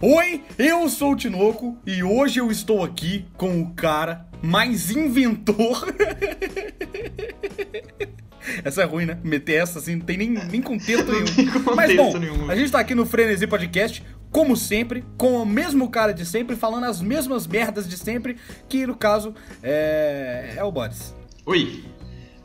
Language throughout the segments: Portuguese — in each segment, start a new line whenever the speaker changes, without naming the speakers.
Oi, eu sou o Tinoco e hoje eu estou aqui com o cara mais inventor. Essa é ruim, né? Meter essa assim, não tem nem, nem contexto nenhum.
tem
Mas bom,
contexto nenhum.
a gente tá aqui no Frenesi Podcast, como sempre, com o mesmo cara de sempre, falando as mesmas merdas de sempre, que no caso é, é o Boris.
Oi!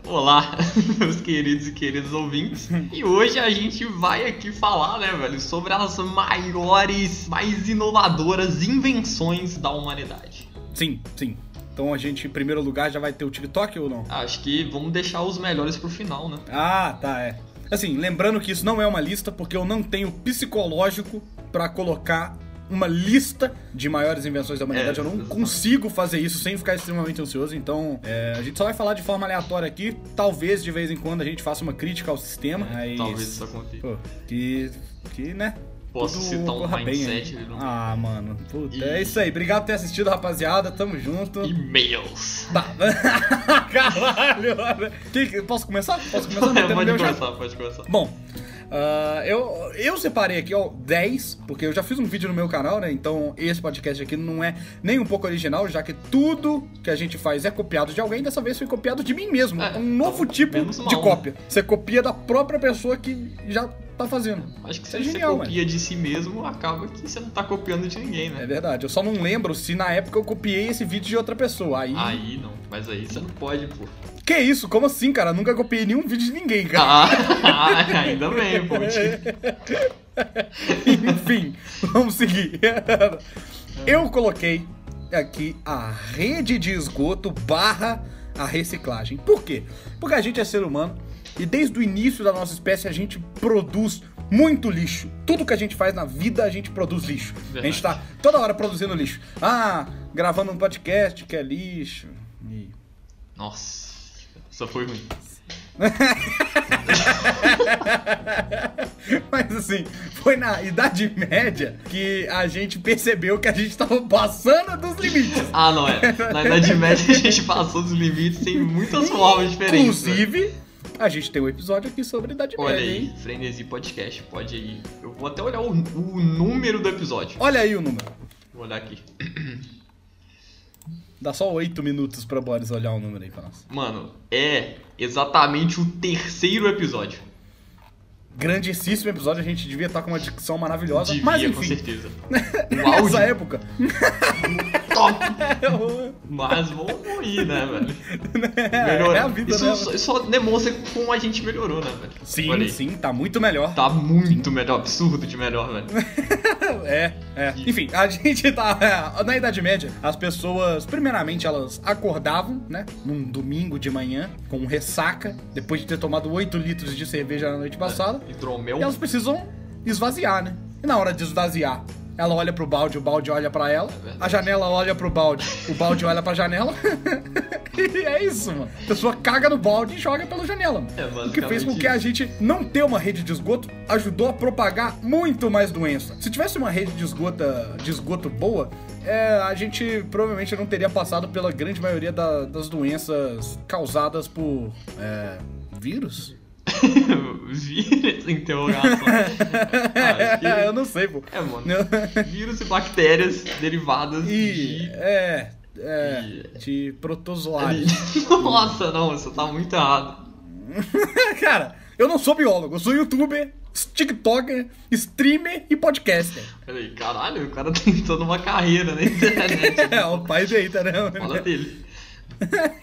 Olá, meus queridos e queridas ouvintes. E hoje a gente vai aqui falar, né, velho, sobre as maiores, mais inovadoras invenções da humanidade.
Sim, sim. Então a gente, em primeiro lugar, já vai ter o TikTok ou não?
Acho que vamos deixar os melhores pro final, né?
Ah, tá, é. Assim, lembrando que isso não é uma lista, porque eu não tenho psicológico pra colocar uma lista de maiores invenções da humanidade.
É,
eu não
exato.
consigo fazer isso sem ficar extremamente ansioso. Então, é, a gente só vai falar de forma aleatória aqui. Talvez de vez em quando a gente faça uma crítica ao sistema. mas,
É, Talvez isso aconteça.
pô, que, que, né?
Posso
tudo
citar um
corra bem
mindset
aí.
ele não-
Ah, mano. Puta, é
E-
isso aí. Obrigado por ter assistido, rapaziada. Tamo junto.
E-mails.
Tá. Caralho, mano. Que que- posso começar? Posso começar? Não,
pode
terminei já?
começar, pode começar.
Bom, ah, eu, eu separei aqui, ó, 10, porque eu já fiz um vídeo no meu canal, né? Então esse podcast aqui não é nem um pouco original, já que tudo que a gente faz é copiado de alguém, dessa vez foi copiado de mim mesmo.
É,
É, um novo tipo
menos mal,
de
né?
cópia. Você copia da própria pessoa que já tá fazendo.
Acho que
Isso
se
é
você
genial,
copia de si mesmo, acaba que você não tá copiando de ninguém,
É
né?
verdade. Eu só não lembro se na época eu copiei esse vídeo de outra pessoa. Aí.
Aí não, mas aí você não pode, pô.
Que isso? Como assim, cara? Eu nunca copiei nenhum vídeo de ninguém, cara.
Ah, ainda bem, pô.
Enfim, vamos seguir. Eu coloquei aqui a rede de esgoto barra a reciclagem. Por quê? Porque a gente é ser humano e desde o início da nossa espécie a gente produz muito lixo. Tudo que a gente faz na vida a gente produz lixo. A gente tá toda hora produzindo lixo. Ah, gravando um podcast que é lixo. E
Nossa, só foi ruim.
Mas assim, foi na Idade Média que a gente percebeu que a gente tava passando dos limites.
Ah, não, é. Na Idade Média a gente passou dos limites tem muitas formas diferentes. né?
Inclusive, a gente tem um episódio aqui sobre Idade
Olha
Média, hein?
aí, Frenesi Podcast, pode aí. Eu vou até olhar o, o número do episódio.
Olha aí o número.
Vou olhar aqui.
Dá só oito minutos pra Boris olhar o número aí pra nós.
Mano, é exatamente o terceiro episódio.
Grandíssimo episódio, a gente devia estar com uma dicção maravilhosa.
Devia,
mas
com
enfim,
certeza. Um áudio
nessa época. é
top,
eu-
mas vamos ir, né, velho?
é, é a vida,
Isso
né?
só, só demonstra como a gente melhorou, né, velho? Olha
Sim,
aí.
sim, tá muito melhor.
Tá muito melhor, absurdo de melhor, velho.
É, é. Enfim, a gente tá. Na Idade Média, as pessoas, primeiramente, elas acordavam, né? Num domingo de manhã, com ressaca, depois de ter tomado 8 litros de cerveja na noite passada.
Hidromel.
E elas precisam esvaziar, né? E na hora de esvaziar, ela olha pro balde, o balde olha pra ela,
É verdade.
a janela olha pro balde, o balde olha pra janela. e é isso, mano. A pessoa caga no balde e joga pela janela, mano.
É, basicamente
o que fez com que
isso.
a gente não ter uma rede de esgoto ajudou a propagar muito mais doença. Se tivesse uma rede de esgoto, de esgoto boa, é, a gente provavelmente não teria passado pela grande maioria da- das doenças causadas por é, vírus.
Vírus, então, interrogação. Acho que-
eu não sei, pô.
É, mano.
Eu-
Vírus e bactérias derivadas
E.
de...
É. É.
E-
De protozoários.
Nossa, não, você tá muito errado.
Cara, eu não sou biólogo, eu sou youtuber, TikToker, streamer e podcaster.
Peraí, caralho, o cara tem toda uma carreira na internet.
É, o pai deita, né?
Fala dele.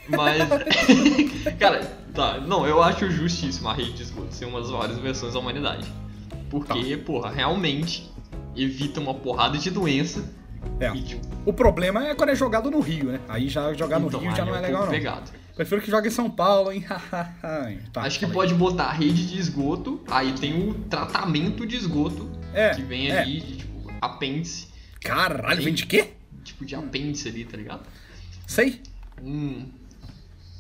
Mas, cara, tá, não, eu acho justíssimo a rede de esgoto ser uma das maiores versões da humanidade. Porque,
Tá.
porra, realmente evita uma porrada de doença.
É.
E, tipo,
O problema é quando é jogado no Rio, né? Aí já jogar no
então,
Rio já
aí
não é
um
legal,
pouco
não.
Pegado.
Prefiro que jogue em São Paulo, hein? Tá,
Acho que
falei.
pode botar a rede de esgoto, aí tem o tratamento de esgoto,
É,
que vem
é.
ali de tipo, apêndice,
Caralho, vem de quê?
tipo de apêndice ali, tá ligado?
Sei.
Um.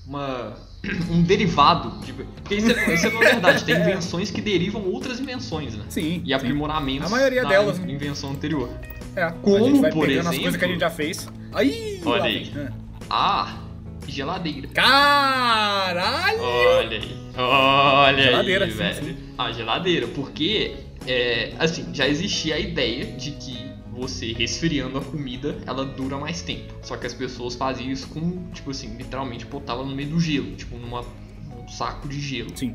Uma, um derivado. Tipo, porque isso é, isso é uma verdade, tem invenções que derivam outras invenções, né?
Sim.
E
sim.
aprimoramentos
A maioria
da
delas, né?
invenção anterior.
É, a gente
Como,
vai
por
pegando as coisas que a
exemplo-
gente já fez. Aí!
Olha
lá
aí.
vem. É.
Ah, geladeira.
Caralho!
Olha aí, olha
Geladeira,
aí,
sim,
velho.
sim.
A geladeira, porque, é, assim, já existia a ideia de que você resfriando a comida, ela dura mais tempo. Só que as pessoas faziam isso com, tipo assim, literalmente botava no meio do gelo, tipo numa, num saco de gelo.
Sim.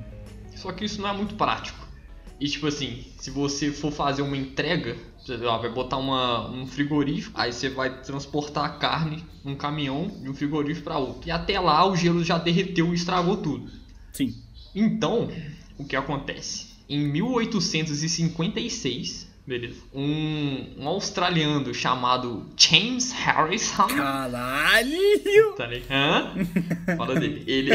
Só que isso não é muito prático. E tipo assim, se você for fazer uma entrega, você lá vai botar uma, um frigorífico, aí você vai transportar a carne num caminhão de um frigorífico para outro. E até lá o gelo já derreteu e estragou tudo.
Sim.
Então, o que acontece? Em 1856, beleza, um, um australiano chamado James Harrison
Caralho!
Tá ligado? Hã? Fala dele. Ele,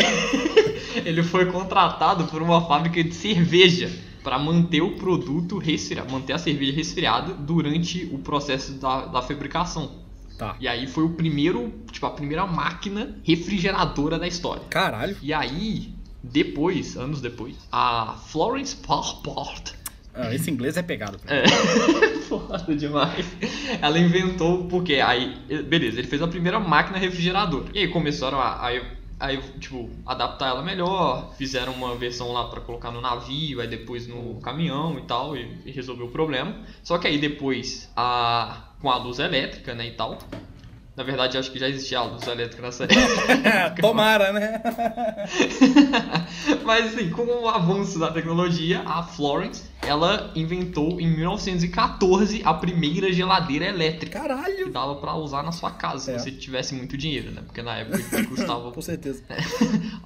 ele foi contratado por uma fábrica de cerveja para manter o produto resfriado, manter a cerveja resfriada durante o processo da, da fabricação.
Tá.
E aí foi o primeiro, tipo, a primeira máquina refrigeradora da história.
Caralho.
E aí, depois, anos depois, a Florence Parport
Ah, esse inglês é pegado. cara.
é. Foda demais. Ela inventou, porque aí, eh, beleza, ele fez a primeira máquina refrigeradora. E aí começaram a, a, a, tipo, adaptar ela melhor, fizeram uma versão lá pra colocar no navio, aí depois no caminhão e tal, e, e resolveu o problema. Só que aí depois, a, com a luz elétrica, né, e tal. Na verdade, acho que já existia a luz elétrica nessa época.
Tomara, né?
Mas assim, com o avanço da tecnologia, a Florence, ela inventou em 1914 a primeira geladeira elétrica que
Caralho!
dava pra usar na sua casa, se
É.
você tivesse muito dinheiro, né? Porque na época custava
Com certeza.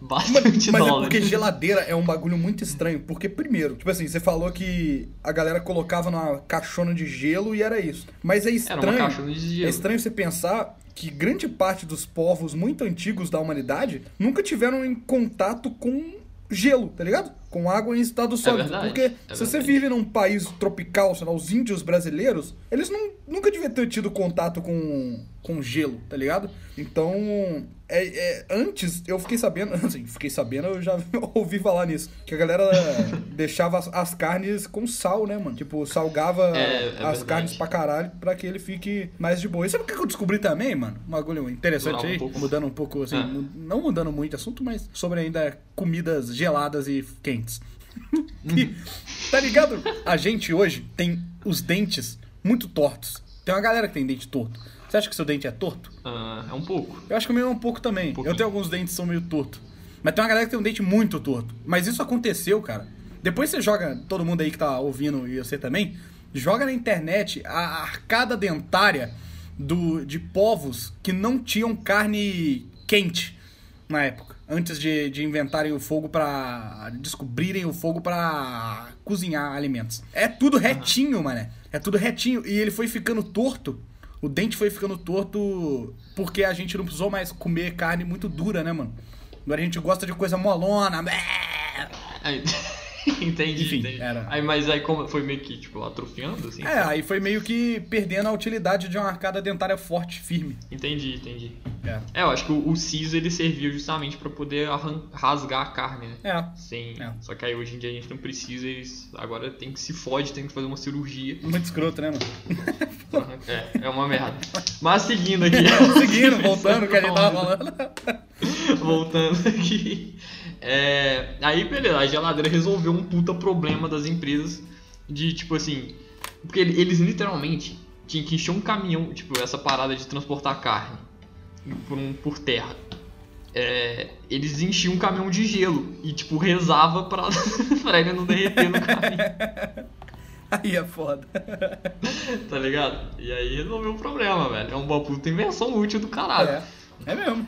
bastante
Mas é porque
dólares.
geladeira é um bagulho muito estranho. Porque, primeiro, tipo assim, você falou que a galera colocava numa caixona de gelo e era isso. Mas é
Era
estranho.
uma caixona de
É
gelo.
estranho você pensar que grande parte dos povos muito antigos da humanidade nunca tiveram em contato com gelo, tá ligado? Com água em estado sólido.
verdade,
porque
é
se você
verdade.
vive num país tropical, sei lá, os índios brasileiros, eles não- nunca deviam ter tido contato com, com gelo, tá ligado? Então, é- é, antes eu fiquei sabendo, assim, fiquei sabendo, eu já ouvi falar nisso, que a galera deixava as, as carnes com sal, né, mano? Tipo, salgava
É, é
as
verdade.
carnes pra caralho pra que ele fique mais de boa. E sabe o que eu descobri também, mano? Um bagulho interessante
Durava um
aí,
pouco.
mudando um pouco, assim,
Ah.
mu- não mudando muito o assunto, mas sobre ainda comidas geladas e quentes. Que, tá ligado? A gente hoje tem os dentes muito tortos. Tem uma galera que tem dente torto. Você acha que seu dente é torto?
Ah, é um pouco.
Eu acho que o meu é um pouco também.
pouquinho.
eu tenho alguns dentes que são meio torto. Mas tem uma galera que tem um dente muito torto. Mas isso aconteceu, cara. Depois você joga, todo mundo aí que tá ouvindo e você também, joga na internet a arcada dentária do, de povos que não tinham carne quente na época. Antes de, de inventarem o fogo pra. descobrirem o fogo pra cozinhar alimentos. É tudo retinho, mané. É tudo retinho. E ele foi ficando torto o dente foi ficando torto porque a gente não precisou mais comer carne muito dura, né, mano? Agora a gente gosta de coisa molona. É,
Aí- entendi,
Enfim,
entendi.
era-
Aí, mas aí como foi meio que, tipo, atrofiando, assim?
É, aí foi meio que perdendo a utilidade de uma arcada dentária forte, firme.
Entendi, entendi.
É.
É, eu acho que o, o siso, ele serviu justamente pra poder arran- rasgar a carne, né?
É.
Sem...
É.
Só que aí hoje em dia a gente não precisa, eles agora tem que se fode, tem que fazer uma cirurgia.
Muito escroto, né, mano?
É, é uma merda. Mas seguindo aqui.
Seguindo, voltando, o que a gente tava falando.
Voltando aqui. É, aí, beleza, a geladeira resolveu um puta problema das empresas de tipo assim. Porque ele- eles literalmente tinham que encher um caminhão, tipo, essa parada de transportar carne por, um- por terra. É, eles enchiam um caminhão de gelo e, tipo, rezava pra, pra ele não derreter no caminho.
Aí é foda.
Tá ligado? E aí resolveu o problema, velho. É uma puta invenção útil do caralho.
É. É mesmo.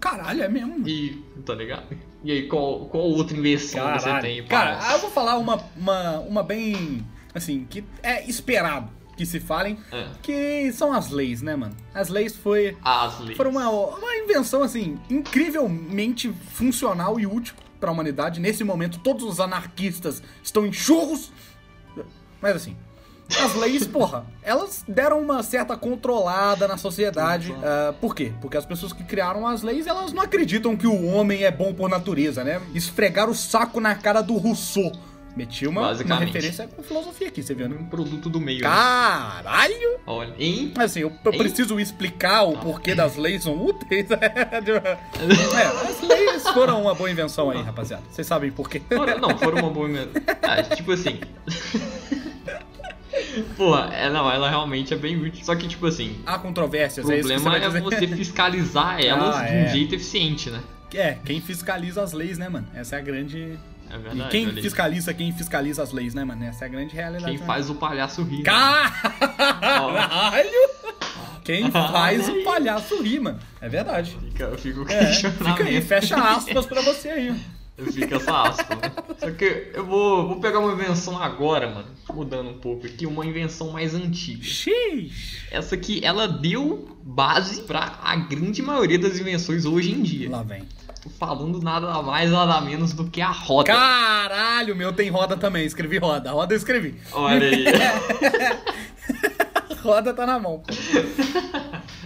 Caralho, é mesmo.
E. tá ligado? E aí, qual, qual outra invenção você tem para.
Cara, ah, eu vou falar uma, uma, uma bem. Assim, que é esperado que se falem,
É.
que são as leis, né, mano? As leis foi
As leis.
Foi uma, uma invenção, assim, incrivelmente funcional e útil pra humanidade. Nesse momento, todos os anarquistas estão em churros. Mas, assim, as leis, porra, elas deram uma certa controlada na sociedade. Ah, por quê? Porque as pessoas que criaram as leis, elas não acreditam que o homem é bom por natureza, né? Esfregaram o saco na cara do Rousseau. Meti uma, uma
Basicamente.
referência com filosofia aqui, você viu, né?
Um produto do meio. né?
Caralho!
Olha, hein?
Mas assim, eu, eu
Hein?
preciso explicar
Tá.
o porquê das leis são úteis. é, as leis foram uma boa invenção aí, rapaziada. Vocês sabem por quê.
é Fora- não, foram uma boa invenção. Ah, tipo assim. Porra, é, não, ela realmente é bem útil. Só que, tipo assim,
Há controvérsias,
o
é isso que você
problema
vai
é
dizer.
você fiscalizar elas
Ah,
de um
é.
jeito eficiente, né?
É, quem fiscaliza as leis, né, mano? Essa é a grande.
É
E
verdade.
quem
olha aí.
fiscaliza quem fiscaliza as leis, né, mano? Essa é a grande realidade.
Quem
né?
faz o palhaço rir. né?
Caralho! Quem faz o palhaço rir, mano. É verdade.
Fica, eu fico
É,
questionamento.
fica aí, fecha aspas pra você aí.
Fica essa aspa. né? Só que eu vou, vou pegar uma invenção agora, mano. Mudando um pouco aqui, uma invenção mais antiga.
Xiii.
Essa aqui, ela deu base pra a grande maioria das invenções hoje em dia.
Lá vem.
Tô falando nada mais, nada menos do que a roda.
Caralho, meu tem roda também. Escrevi roda. Roda eu escrevi.
Olha aí.
Roda tá na mão.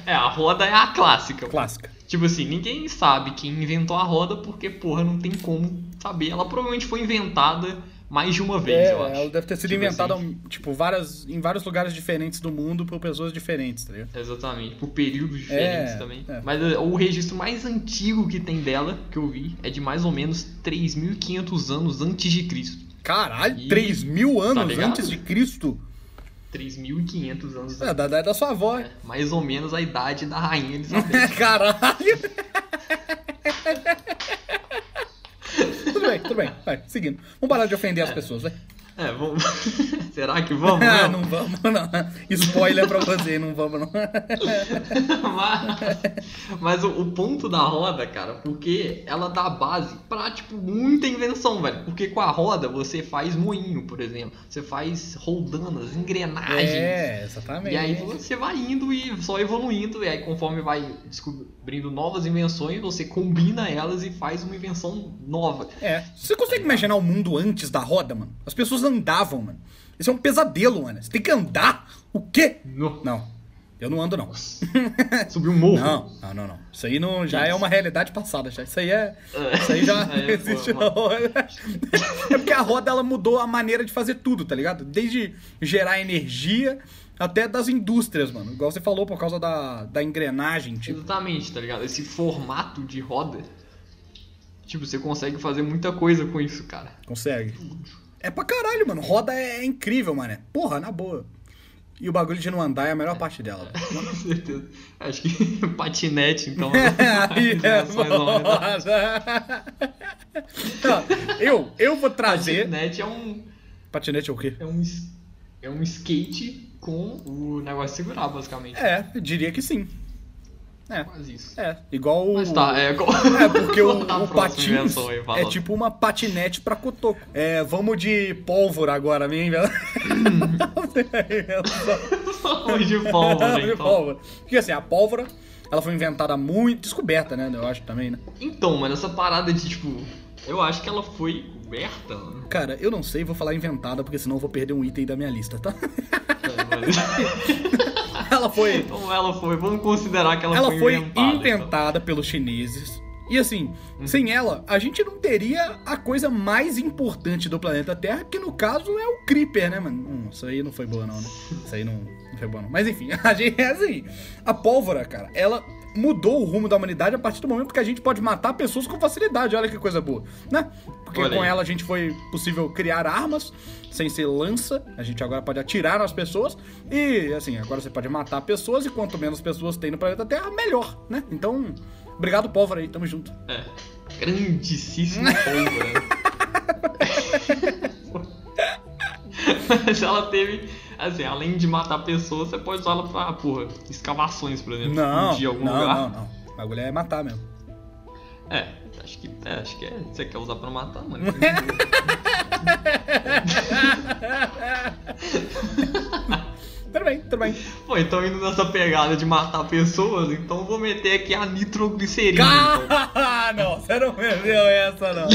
É, a roda é a clássica.
Clássica.
Tipo assim, ninguém sabe quem inventou a roda porque, porra, não tem como saber. Ela provavelmente foi inventada mais de uma vez,
É,
eu acho.
ela deve ter sido
Tipo
inventada
assim.
um, tipo, várias, em vários lugares diferentes do mundo por pessoas diferentes, tá ligado?
Exatamente, por períodos diferentes
É,
também.
é.
Mas é, o registro mais antigo que tem dela, que eu vi, é de mais ou menos 3.500 anos antes de Cristo.
Caralho,
Ih, tá
3 mil anos
ligado?
antes de Cristo?
3.500 anos
É,
antes.
da, da, da sua avó.
né? Mais ou menos a idade da rainha Elizabeth.
Caralho! tudo bem, tudo bem. Vai, seguindo. Vamos parar de ofender as pessoas, vai.
é, vamos. Será que vamos?
Ah,
Não.
não vamos, não. Spoiler pra você, não vamos, não.
mas mas o, o ponto da roda, cara, porque ela dá base pra, tipo, muita invenção, velho. Porque com a roda você faz moinho, por exemplo. Você faz roldanas, engrenagens.
É, exatamente.
E aí você vai indo e só evoluindo, e aí conforme vai descobrindo novas invenções, você combina elas e faz uma invenção nova.
É. Você consegue imaginar o mundo antes da roda, mano? As pessoas andavam, mano. Isso é um pesadelo, mano. Você tem que andar? O quê?
No-
Não. Eu não ando, não.
Subiu um morro.
Não, não, não, não. Isso aí não, já é uma realidade passada, já. Isso aí é.
É.
Isso aí já
Aí, pô,
existe
mano.
não. É porque a roda ela mudou a maneira de fazer tudo, tá ligado? Desde gerar energia até das indústrias, mano. Igual você falou, por causa da, da engrenagem, tipo.
Exatamente, tá ligado? Esse formato de roda. Tipo, você consegue fazer muita coisa com isso, cara.
Consegue. É pra caralho, mano. Roda é incrível, mano. Porra, na boa. E o bagulho de não andar é a melhor parte dela. velho.
Com certeza. Acho que patinete, então.
Aí é
Mais ou menos. né?
foda. Ó, Eu, eu vou trazer.
Patinete é um,
Patinete é o quê?
é um. es- É um skate com o negócio de segurar, basicamente.
É, eu diria que sim. É,
Quase isso.
é. Igual o.
Mas tá, é. qual-
É, porque o,
Tá,
o
próxima
patins
invenção aí, fala.
é tipo uma patinete pra cotoco. É, vamos de pólvora agora, minha invenção.
de pólvora,
De
então.
Ah, pólvora. Porque assim, a pólvora, ela foi inventada muito... Descoberta, né? Eu acho também, né?
Então, mano, essa parada de tipo. Eu acho que ela foi coberta, mano.
Cara, eu não sei, vou falar inventada, porque senão eu vou perder um item da minha lista, tá?
É, mano.
Ela foi...
Então ela foi. Vamos considerar que ela,
Ela foi
inventada. então. Uhum.
inventada pelos chineses. E assim, sem ela, a gente não teria a coisa mais importante do planeta Terra, que no caso é o Creeper, né, mano? Hum, isso aí não foi boa, não, né? Isso aí não, não foi boa, não. Mas enfim, a gente é assim. A pólvora, cara, ela mudou o rumo da humanidade a partir do momento que a gente pode matar pessoas com facilidade. Olha que coisa boa, né? Porque
Olha
com
aí.
ela a gente foi possível criar armas sem ser lança. A gente agora pode atirar nas pessoas. E assim, agora você pode matar pessoas e quanto menos pessoas tem no planeta Terra, melhor, né? Então, obrigado, pólvora aí, tamo junto.
É. né? Grandissíssima pólvora. Mas ela teve. Assim, além de matar pessoas, você pode usá-la pra, porra, escavações, por exemplo.
Não,
explodir algum
não,
lugar.
não, não. O bagulho é matar mesmo.
É, acho que é, acho que é. Você quer usar pra matar, mano?
Tudo bem, tudo bem.
Pô, então indo nessa pegada de matar pessoas, então vou meter aqui a nitroglicerina. então.
Ah, não, você não perdeu essa, não.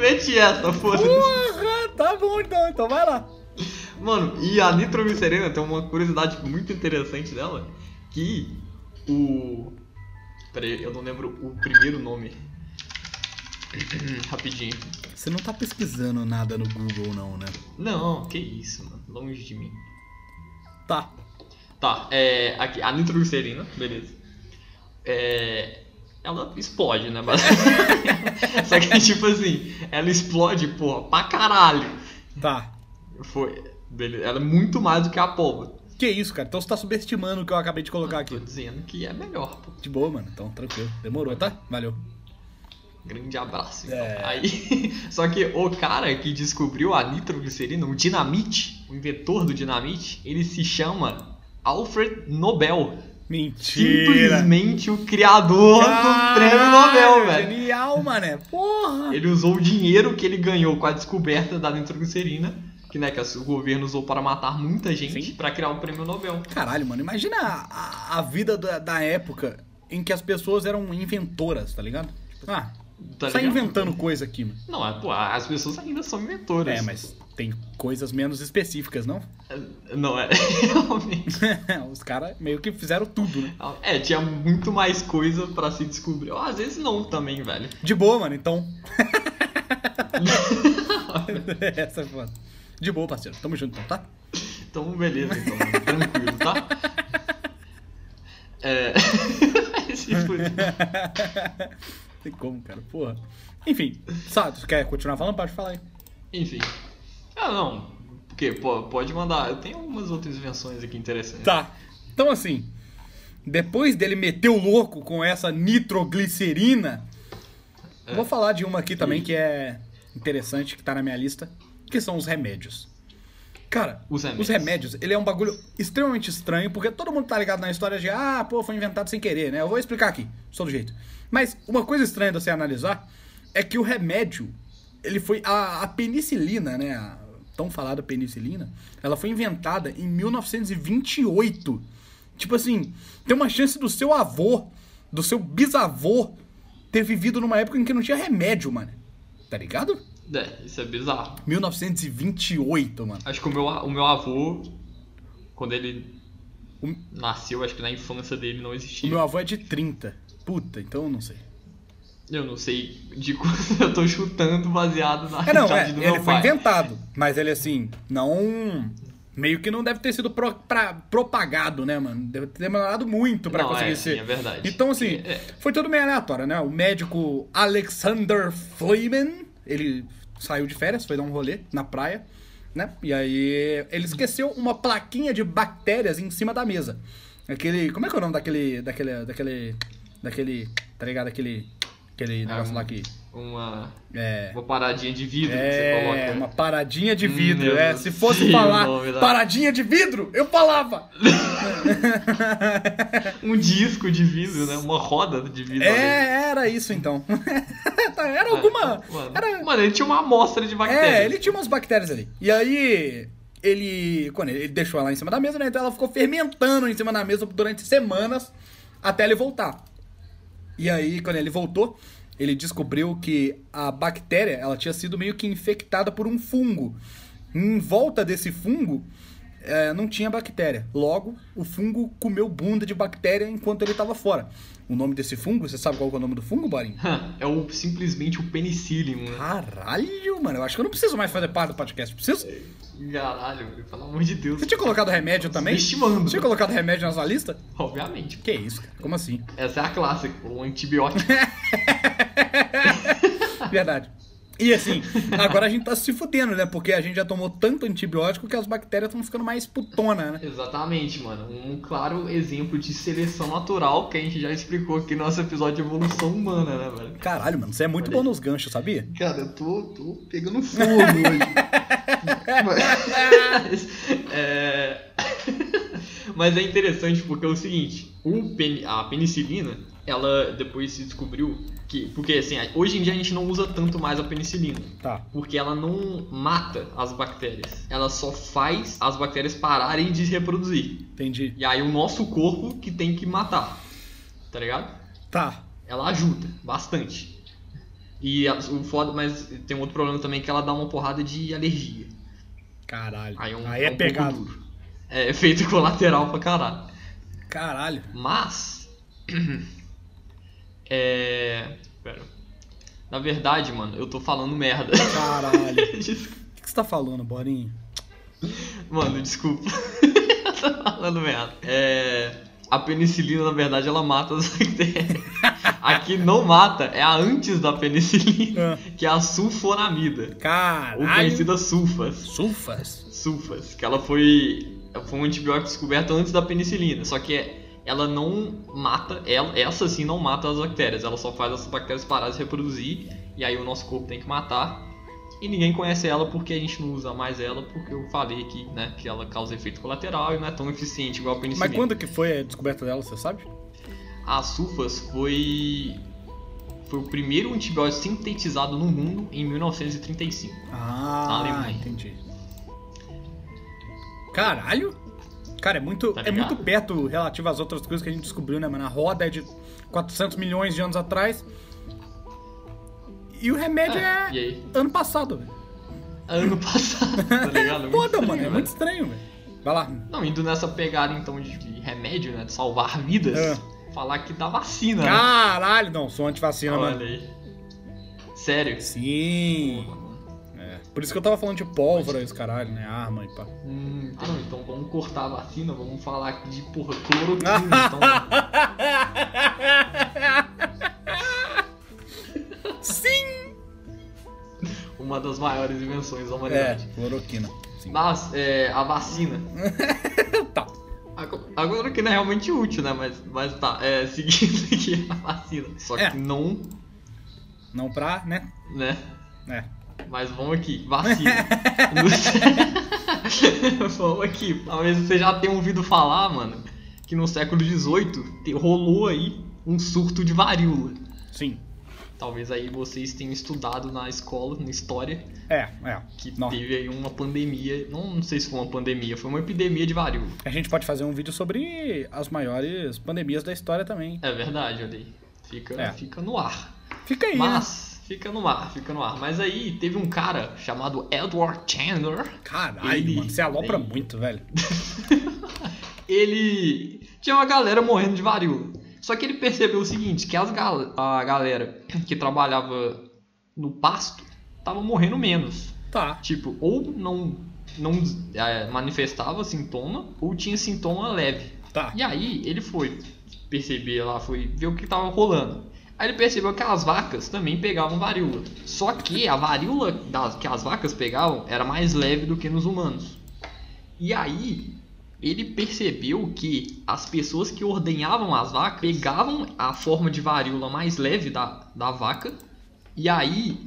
Mete essa, foda-se.
Porra, tá bom então, então vai lá.
Mano, e a nitroglicerina tem uma curiosidade muito interessante dela, que o... Peraí, eu não lembro o primeiro nome. Rapidinho.
Você não tá pesquisando nada no Google, não, né?
Não, que isso, mano. Longe de mim.
Tá.
Tá, é... Aqui, a nitroglicerina, beleza. É... Ela explode, né? basicamente. Só que, tipo assim, ela explode, porra, pra caralho.
Tá.
Foi. Beleza. Ela é muito mais do que a pólvora.
Que isso, cara? Então você tá subestimando o que eu acabei de colocar
Tô
aqui.
dizendo que é melhor, pô.
De boa, mano. Então, tranquilo. Demorou, tá? Valeu.
Grande abraço. Então.
É.
Aí, só que o cara que descobriu a nitroglicerina, o dinamite, o inventor do dinamite, ele se chama Alfred Nobel.
Mentira.
Simplesmente o criador do um prêmio Nobel, velho.
Genial, mané. Porra.
Ele usou o dinheiro que ele ganhou com a descoberta da nitroglicerina, que, né, que o governo usou para matar muita gente,
Sim.
pra criar o prêmio Nobel. tá
Caralho, mano. Imagina a, a vida da, da época em que as pessoas eram inventoras, tá ligado? Ah,
Tá
tá
ligado?
inventando coisa aqui, mano.
Não, é, pô, as pessoas ainda são inventoras.
É, mas tem coisas menos específicas, não?
Não, é. Realmente.
Os caras meio que fizeram tudo, né?
É, tinha muito mais coisa pra se descobrir. Ou, Às vezes não também, velho.
De boa, mano, então. Essa é foda. De boa, parceiro. Tamo junto, então, tá?
Então, beleza, então, mano. tranquilo, tá? É. Se fuder.
Tem como, cara. Porra. Enfim, sabe, tu quer continuar falando? Pode falar aí.
Enfim. Ah, não. Porque pô, pode mandar. Eu tenho algumas outras invenções aqui interessantes.
Tá. Então, assim, depois dele meter o louco com essa nitroglicerina, eu vou falar de uma aqui também que é interessante, que tá na minha lista, que são os remédios. Cara,
Os remédios.
os remédios, ele é um bagulho extremamente estranho, porque todo mundo tá ligado na história de, ah, pô, foi inventado sem querer, né? Eu vou explicar aqui, só do jeito. Mas uma coisa estranha de você analisar é que o remédio, ele foi. A, a penicilina, né? A tão falada penicilina, ela foi inventada em 1928. Tipo assim, tem uma chance do seu avô, do seu bisavô, ter vivido numa época em que não tinha remédio, mano. Tá ligado?
É, isso é bizarro.
1928, mano.
Acho que o meu, a- o meu avô, quando ele
O-
nasceu, acho que na infância dele não
O
existia.
meu avô é de 30. Puta, então eu não sei.
Eu não sei de quanto eu tô chutando baseado na
É, não, é,
idade do
ele
meu
foi
pai.
inventado. Mas ele, assim, não... Meio que não deve ter sido pro- pra- propagado, né, mano? Deve ter demorado muito pra
Não,
conseguir
é,
ser.
é verdade.
Então, assim,
É.
foi tudo meio aleatório, né? O médico Alexander Fleming, ele saiu de férias, foi dar um rolê na praia, né? E aí ele esqueceu uma plaquinha de bactérias em cima da mesa. Aquele. Como é que é o nome daquele. daquele. daquele. daquele. tá ligado? Aquele. aquele negócio
um-
lá que.
Uma,
É.
uma paradinha de vidro que você
É,
coloca.
uma paradinha de
Hum,
vidro.
meu
é,
Deus
se
do
fosse
céu,
falar
nome da-
paradinha de vidro, eu falava.
Um disco de vidro, né? Uma roda de vidro. olha aí.
É, era isso então. era alguma.
Ah, É. Mano,
Era
mano, ele tinha uma amostra de bactérias.
É, ele tinha umas bactérias ali. E aí, ele. Quando ele deixou ela em cima da mesa, né? Então ela ficou fermentando em cima da mesa durante semanas até ele voltar. E aí, quando ele voltou, ele descobriu que a bactéria ela tinha sido meio que infectada por um fungo. Em volta desse fungo, eh, não tinha bactéria. Logo, o fungo comeu bunda de bactéria enquanto ele estava fora. O nome desse fungo, você sabe qual que é o nome do fungo, Borinho?
É o, simplesmente o penicillium, né?
Caralho, mano. Eu acho que eu não preciso mais fazer parte do podcast. Preciso?
Caralho, meu, pelo amor de Deus.
Você tinha colocado remédio também? Você
Estimando.
tinha colocado remédio na sua lista?
Obviamente.
Que isso, cara? Como assim?
Essa é a clássica, o antibiótico.
Verdade. E assim, agora a gente tá se fudendo, né? Porque a gente já tomou tanto antibiótico que as bactérias estão ficando mais putona, né?
Exatamente, mano. Um claro exemplo de seleção natural que a gente já explicou aqui no nosso episódio de evolução humana, né, velho?
Caralho, mano, você é muito
Olha
bom
aí.
nos ganchos, sabia?
Cara, eu tô, tô pegando fogo hoje. Mas é... Mas é interessante porque é o seguinte, o peni- a penicilina, ela depois se descobriu que. Porque assim, hoje em dia a gente não usa tanto mais a penicilina.
Tá.
Porque ela não mata as bactérias. Ela só faz as bactérias pararem de se reproduzir.
Entendi.
E aí o nosso corpo que tem que matar. Tá ligado?
Tá.
Ela ajuda bastante. E a- o foda, mas tem um outro problema também que ela dá uma porrada de alergia.
Caralho.
Aí é, um,
Aí
é
é
um pouco
pegado.
duro. É efeito colateral pra caralho.
Caralho.
Mas. é. Pera. Na verdade, mano, eu tô falando merda.
Caralho.
Desculpa.
O que que você tá falando, Borinho?
Mano, desculpa. eu tô falando merda. É. A penicilina, na verdade, ela mata as bactérias. Aqui não mata, é a antes da penicilina,
Ah.
que é a sulfonamida. Ou
Caralho.
conhecida sulfas.
Sulfas.
Sulfas, que ela foi, foi um antibiótico descoberto antes da penicilina, só que é- ela não mata, ela, essa sim não mata as bactérias, ela só faz essas bactérias parar de se reproduzir, e aí o nosso corpo tem que matar. E ninguém conhece ela porque a gente não usa mais ela, porque eu falei aqui, né, que ela causa efeito colateral e não é tão eficiente igual a penicilina.
Mas quando que foi a descoberta dela, você sabe?
A sulfas foi foi o primeiro antibiótico sintetizado no mundo em 1935. Na
Ah,
Alemanha.
entendi. Caralho! Cara, é muito,
Tá
é
ligado?
muito perto relativo às outras coisas que a gente descobriu, né, mano? A roda é de 400 milhões de anos atrás. E o remédio
É,
é,
e aí?
ano passado, velho.
Ano passado, tá ligado? Muito
Foda,
estranho,
mano, é
velho.
muito estranho, velho. Vai lá.
Não, indo nessa pegada então de, de remédio, né? De salvar vidas,
É.
falar que dá vacina. né?
Caralho, não, sou antivacina, mano.
Olha aí. Sério.
Sim. É. Por isso que eu tava falando de pólvora, esse caralho, né? Arma e pá.
Hum, ah, não, então vamos cortar a vacina, vamos falar aqui de porra, cloroquina. então.
Sim!
Uma das maiores invenções da
É,
humanidade.
cloroquina. Sim.
Mas, é, a vacina.
Tá.
Agora- Agora que não é realmente útil, né? Mas, mas tá, é, seguindo aqui a vacina. Só que
É.
não,
Não pra, né?
né?
É.
Mas vamos aqui, vacina. No- vamos aqui. Talvez você já tenha ouvido falar, mano, que no século XVIII te- rolou aí um surto de varíola.
Sim.
Talvez aí vocês tenham estudado na escola, na história,
É, é.
que
Não.
teve aí uma pandemia. Não, não sei se foi uma pandemia, foi uma epidemia de varíola.
A gente pode fazer um vídeo sobre as maiores pandemias da história também.
É verdade, olha aí. Fica,
É.
fica no ar.
Fica aí, né?
Mas fica no ar, fica no ar. Mas aí teve um cara chamado Edward Chandler.
Caralho,
Ele-
mano, você alopra
ele-
muito, velho.
Ele tinha uma galera morrendo de varíola. Só que ele percebeu o seguinte, que as gal a galera que trabalhava no pasto tava morrendo menos.
Tá.
Tipo, ou não, não eh, manifestava sintoma, ou tinha sintoma leve.
Tá.
E aí ele foi perceber lá, foi ver o que tava rolando. Aí ele percebeu que as vacas também pegavam varíola. Só que a varíola das- que as vacas pegavam era mais leve do que nos humanos. E aí ele percebeu que as pessoas que ordenhavam as vacas pegavam a forma de varíola mais leve da, da vaca. E aí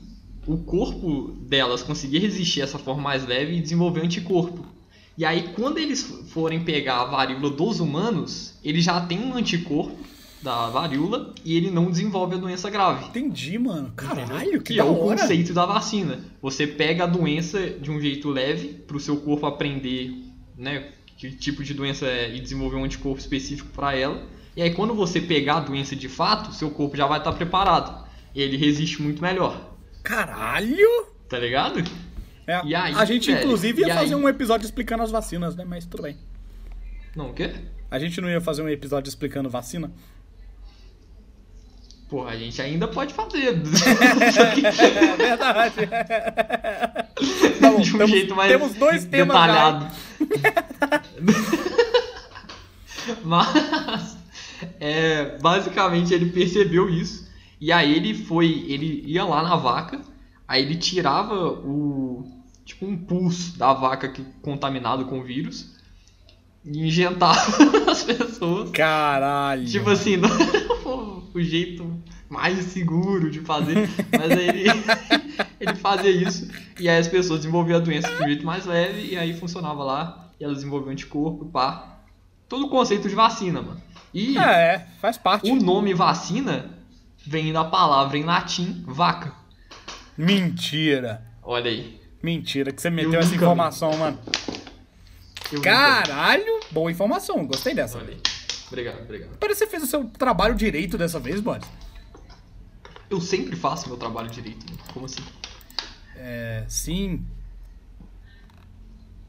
o corpo delas conseguia resistir a essa forma mais leve e desenvolver anticorpo. E aí, quando eles f- forem pegar a varíola dos humanos, ele já tem um anticorpo da varíola e ele não desenvolve a doença grave.
Entendi, mano. Caralho, que
Que é
da
o
hora.
conceito da vacina. Você pega a doença de um jeito leve para o seu corpo aprender, né, que tipo de doença é e desenvolver um anticorpo específico para ela. E aí quando você pegar a doença de fato, seu corpo já vai estar preparado. E ele resiste muito melhor.
Caralho!
Tá ligado?
É,
E aí,
a gente,
velho?
inclusive, ia
E
fazer
aí?
um episódio explicando as vacinas, né? Mas tudo bem.
Não, o quê?
A gente não ia fazer um episódio explicando vacina?
Porra, a gente ainda pode fazer.
É verdade. Tá bom,
de um
temos-
jeito mais
temos dois temas já.
detalhado. Mas é, basicamente ele percebeu isso e aí ele foi, ele ia lá na vaca, aí ele tirava o tipo um pulso da vaca que contaminado com vírus e injetava as pessoas.
Caralho.
Tipo assim, não o jeito mais seguro de fazer, mas aí ele, ele fazia isso e aí as pessoas desenvolviam a doença de um jeito mais leve e aí funcionava lá e elas desenvolviam anticorpo, pá. Todo o conceito de vacina, mano. E
É, é, faz parte.
assim, o nome vacina vem da palavra em latim vaca.
Mentira.
Olha aí.
Mentira que você meteu
nunca
essa
vi.
informação, mano.
Eu
Caralho, boa informação, gostei dessa.
Olha aí. Obrigado, obrigado.
Parece que você fez o seu trabalho direito dessa vez, mano.
Eu sempre faço meu trabalho direito. mano. Como assim?
É, sim.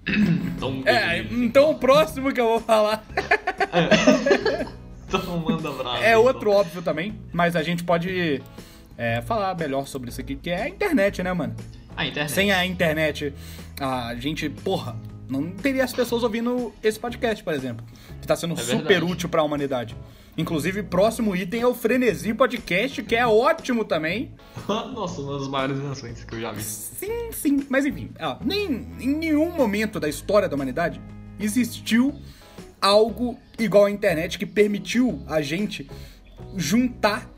Então,
É,
beleza.
então o próximo que eu vou falar
É. então manda bravo.
é
então.
outro óbvio também, mas a gente pode é, falar melhor sobre isso aqui, que é a internet, né, mano?
A internet.
Sem a internet, a gente, porra, Não teria as pessoas ouvindo esse podcast, por exemplo. Que tá sendo
É
super
verdade.
útil pra humanidade. Inclusive, próximo item é o Frenesi Podcast, que é ótimo também.
Nossa, uma das maiores invenções que eu já vi.
Sim, sim. Mas enfim, ah, nem, em nenhum momento da história da humanidade existiu algo igual à internet que permitiu a gente juntar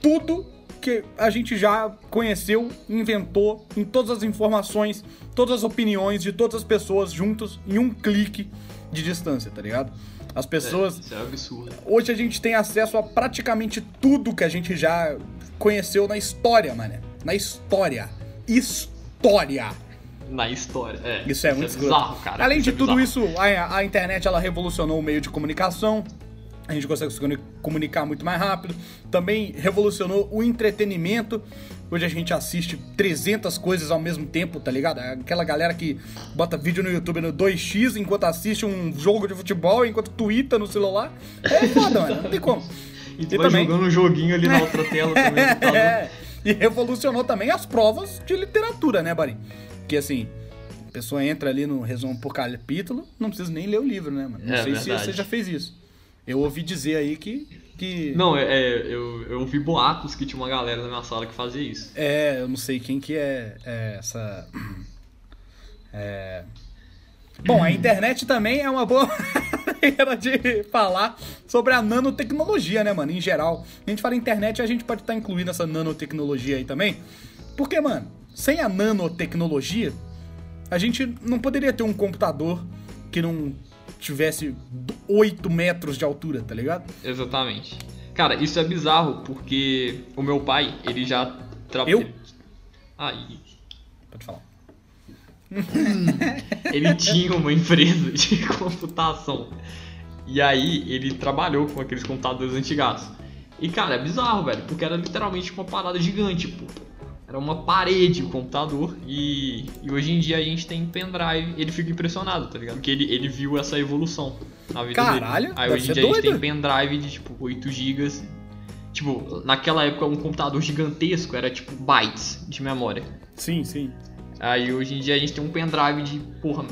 tudo que a gente já conheceu, inventou, em todas as informações, todas as opiniões de todas as pessoas juntos em um clique de distância, tá ligado? As pessoas
É, isso é absurdo.
Hoje a gente tem acesso a praticamente tudo que a gente já conheceu na história, mané. Na história. História.
Na história. É,
Isso é muito escroto.
bizarro, cara.
Além de
é
tudo
bizarro.
isso, a, a internet ela revolucionou o meio de comunicação. A gente consegue se comuni- comunicar muito mais rápido. Também revolucionou o entretenimento. Hoje a gente assiste 300 coisas ao mesmo tempo, tá ligado? Aquela galera que bota vídeo no YouTube no 2x enquanto assiste um jogo de futebol, enquanto twitta no celular. É foda, mano. Não tem como.
E tu
E
vai
também-
jogando um joguinho ali na outra tela também. tá do computador.
É, e revolucionou também as provas de literatura, né, Bari? Porque assim, a pessoa entra ali no resumo por capítulo, não precisa nem ler o livro, né, mano? Não
É
sei se
verdade.
você já fez isso. Eu ouvi dizer aí que. que
Não, é, é, eu, eu ouvi boatos que tinha uma galera na minha sala que fazia isso.
É, eu não sei quem que é, é essa. É. Bom, a internet também é uma boa maneira de falar sobre a nanotecnologia, né, mano? Em geral. A gente fala internet, a gente pode estar incluindo essa nanotecnologia aí também. Porque, mano, sem a nanotecnologia, a gente não poderia ter um computador que não tivesse 8 metros de altura, tá ligado?
Exatamente. Cara, isso é bizarro porque o meu pai, ele já Ah, trabalhou.
Eu?
Aí.
Pode falar.
Ele tinha uma empresa de computação. E aí ele trabalhou com aqueles computadores antigaços. E cara, é bizarro, velho, porque era literalmente uma parada gigante, pô. Era uma parede o computador e, e hoje em dia a gente tem pendrive. Ele fica impressionado, tá ligado? Porque ele, ele viu essa evolução na vida
Caralho,
dele. Aí
deve
hoje
ser
em dia a gente
doido.
tem pendrive de tipo 8 GB. Tipo, naquela época um computador gigantesco era tipo bytes de memória.
Sim, sim.
Aí hoje em dia a gente tem um pendrive de. Porra,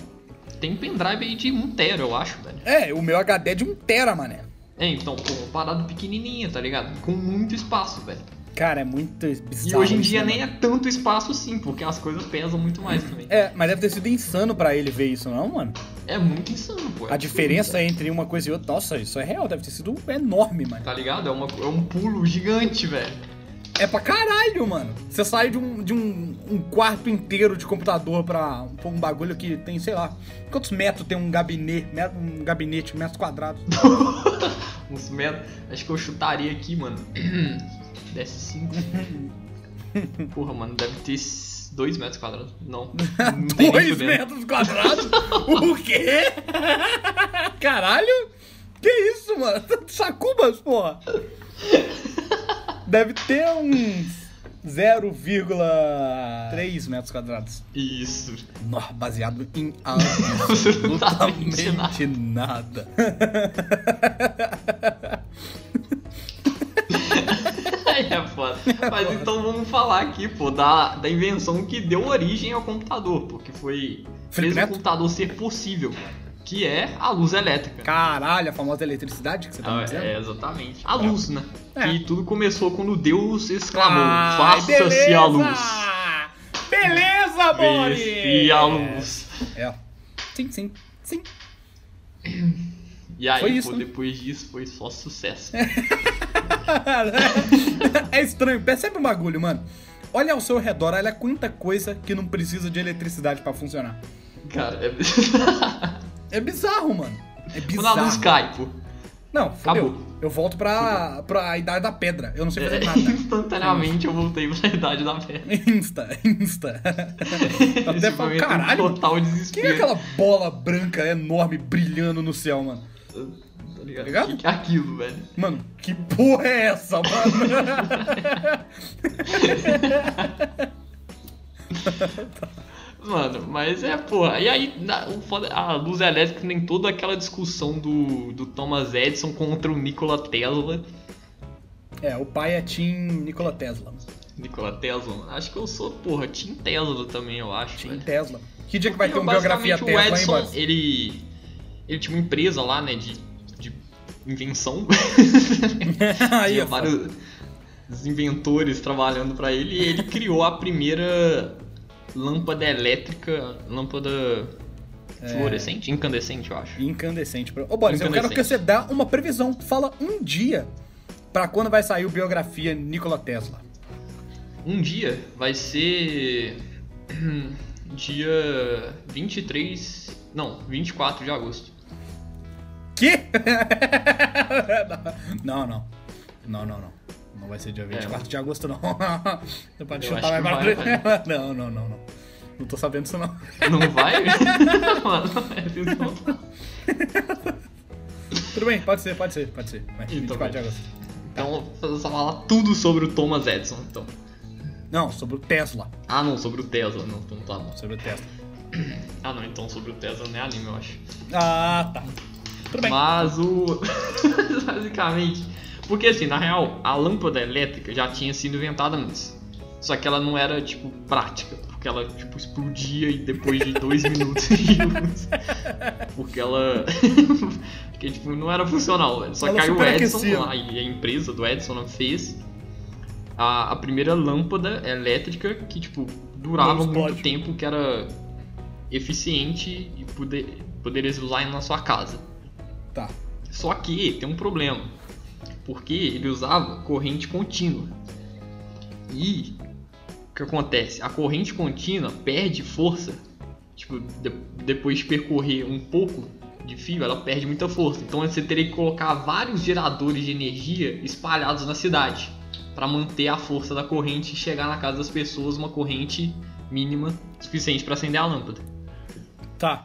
tem um pendrive aí de 1 tera, eu acho, velho.
É, o meu HD é de 1 tera, mané.
É, então, porra, uma parada pequenininha, tá ligado? Com muito espaço, velho.
Cara, é muito
E
bizarro.
hoje em
isso,
dia
né,
nem é tanto espaço assim, porque as coisas pesam muito mais também.
É, mas deve ter sido insano pra ele ver isso, não, mano?
É tipo muito insano, pô.
A diferença entre uma coisa e outra, nossa, isso é real, deve ter sido enorme, mano.
Tá ligado? É, uma, é um pulo gigante, velho.
É pra caralho, mano. Você sai de um, de um, um quarto inteiro de computador pra, pra um bagulho que tem, sei lá, quantos metros tem um gabinete, met- um gabinete, metros quadrados?
Uns metros. Acho que eu chutaria aqui, mano. Desce 5. Porra, mano, deve ter 2 metros quadrados. Não. não tem nem
Dois
fudendo.
metros quadrados? o quê? Caralho? Que isso, mano? Sacubas, porra. Deve ter um uns 0,3 metros quadrados.
Isso.
Nó, baseado em
Absolutamente
absolutamente nada.
Aí é foda. Mas então vamos falar aqui, pô, da, da invenção que deu origem ao computador, pô, que foi.
Felipe
fez
Neto?
o computador ser possível, que é a luz elétrica.
Caralho, a famosa eletricidade que você tá
Ah,
me dizendo?
é, exatamente. A luz, né?
É.
E tudo começou quando Deus exclamou:
Ai,
Faça-se a
beleza!
luz.
Beleza, Boris!
Fez-se a luz.
É. Sim, sim, sim.
E aí,
Foi isso,
pô,
né?
depois disso foi só sucesso.
é estranho, percebe um bagulho, mano. Olha ao seu redor, olha quanta coisa que não precisa de eletricidade pra funcionar.
Cara, é...
É bizarro, mano. É
quando a
bizarro.
luz cai, pô.
Não, fodeu.
Acabou.
Eu volto pra, pra idade da pedra. Eu não sei fazer
É,
nada.
instantaneamente eu voltei pra idade da pedra.
Insta, insta. Eu
Esse
Até falo,
momento é um
caralho,
Total
que
desespero.
é aquela bola branca enorme brilhando no céu, mano?
Tá ligado?
ligado?
Que que é aquilo, velho?
Mano, que porra é essa, mano?
Mano, mas é, porra. E aí, na- o foda- a luz elétrica tem toda aquela discussão do, do Thomas Edison contra o Nikola Tesla.
é, o pai é Tim Nikola Tesla.
Nikola Tesla. Acho que eu sou, porra, Tim Tesla também, eu acho.
Tim
velho.
Tesla. Que dia que vai ter uma
É. Então,
biografia
Basicamente,
Tesla,
o
hein,
Edison,
Boris?
ele, ele tinha uma empresa lá, né, de, de invenção.
Aí,
Tinha
ó.
vários inventores trabalhando pra ele e ele criou a primeira lâmpada elétrica, lâmpada fluorescente, incandescente, eu acho.
Incandescente. Ô, Boris, eu quero que você
Incandescente.
dá uma previsão. Fala um dia pra quando vai sair o biografia Nikola Tesla.
Um dia vai ser dia 23, não, 24 de agosto.
Que? não, não. Não, não, não. Não vai ser dia 24 de agosto, não. Você pode
É. Eu
chutar
acho
mais
que
pra
vai, né?
frente. Não, não, não, não. Não tô sabendo isso, não.
Não vai? Mano, então-
Tudo bem, pode ser, pode ser, pode ser. Vai,
Ih, tô
24 de
bem.
agosto.
então vamos falar tudo sobre o Thomas Edison, então.
Não, sobre o Tesla.
Ah, não, sobre o Tesla, não, então tá bom.
Sobre o Tesla.
Ah, não, então sobre o Tesla não é anime, eu acho.
Ah, tá. Tudo bem.
Mas o. Basicamente. Porque assim, na real, a lâmpada elétrica já tinha sido inventada antes. Só que ela não era, tipo, prática. Porque ela, tipo, explodia e depois de dois minutos. ia luz. porque ela. porque, tipo, não era funcional, velho. Só
Ela
que aí o Edison
superaquecia.
lá e a empresa do Edison né, fez a, a primeira lâmpada elétrica que, tipo,
Não
durava
explode.
muito tempo, que era eficiente e poder, poderia se usar na sua casa.
Tá.
Só que tem um problema, porque ele usava corrente contínua. E o que acontece? A corrente contínua perde força, tipo, de- depois de percorrer um pouco de fio, ela perde muita força. Então você teria que colocar vários geradores de energia espalhados na cidade para manter a força da corrente e chegar na casa das pessoas uma corrente mínima suficiente para acender a lâmpada.
Tá.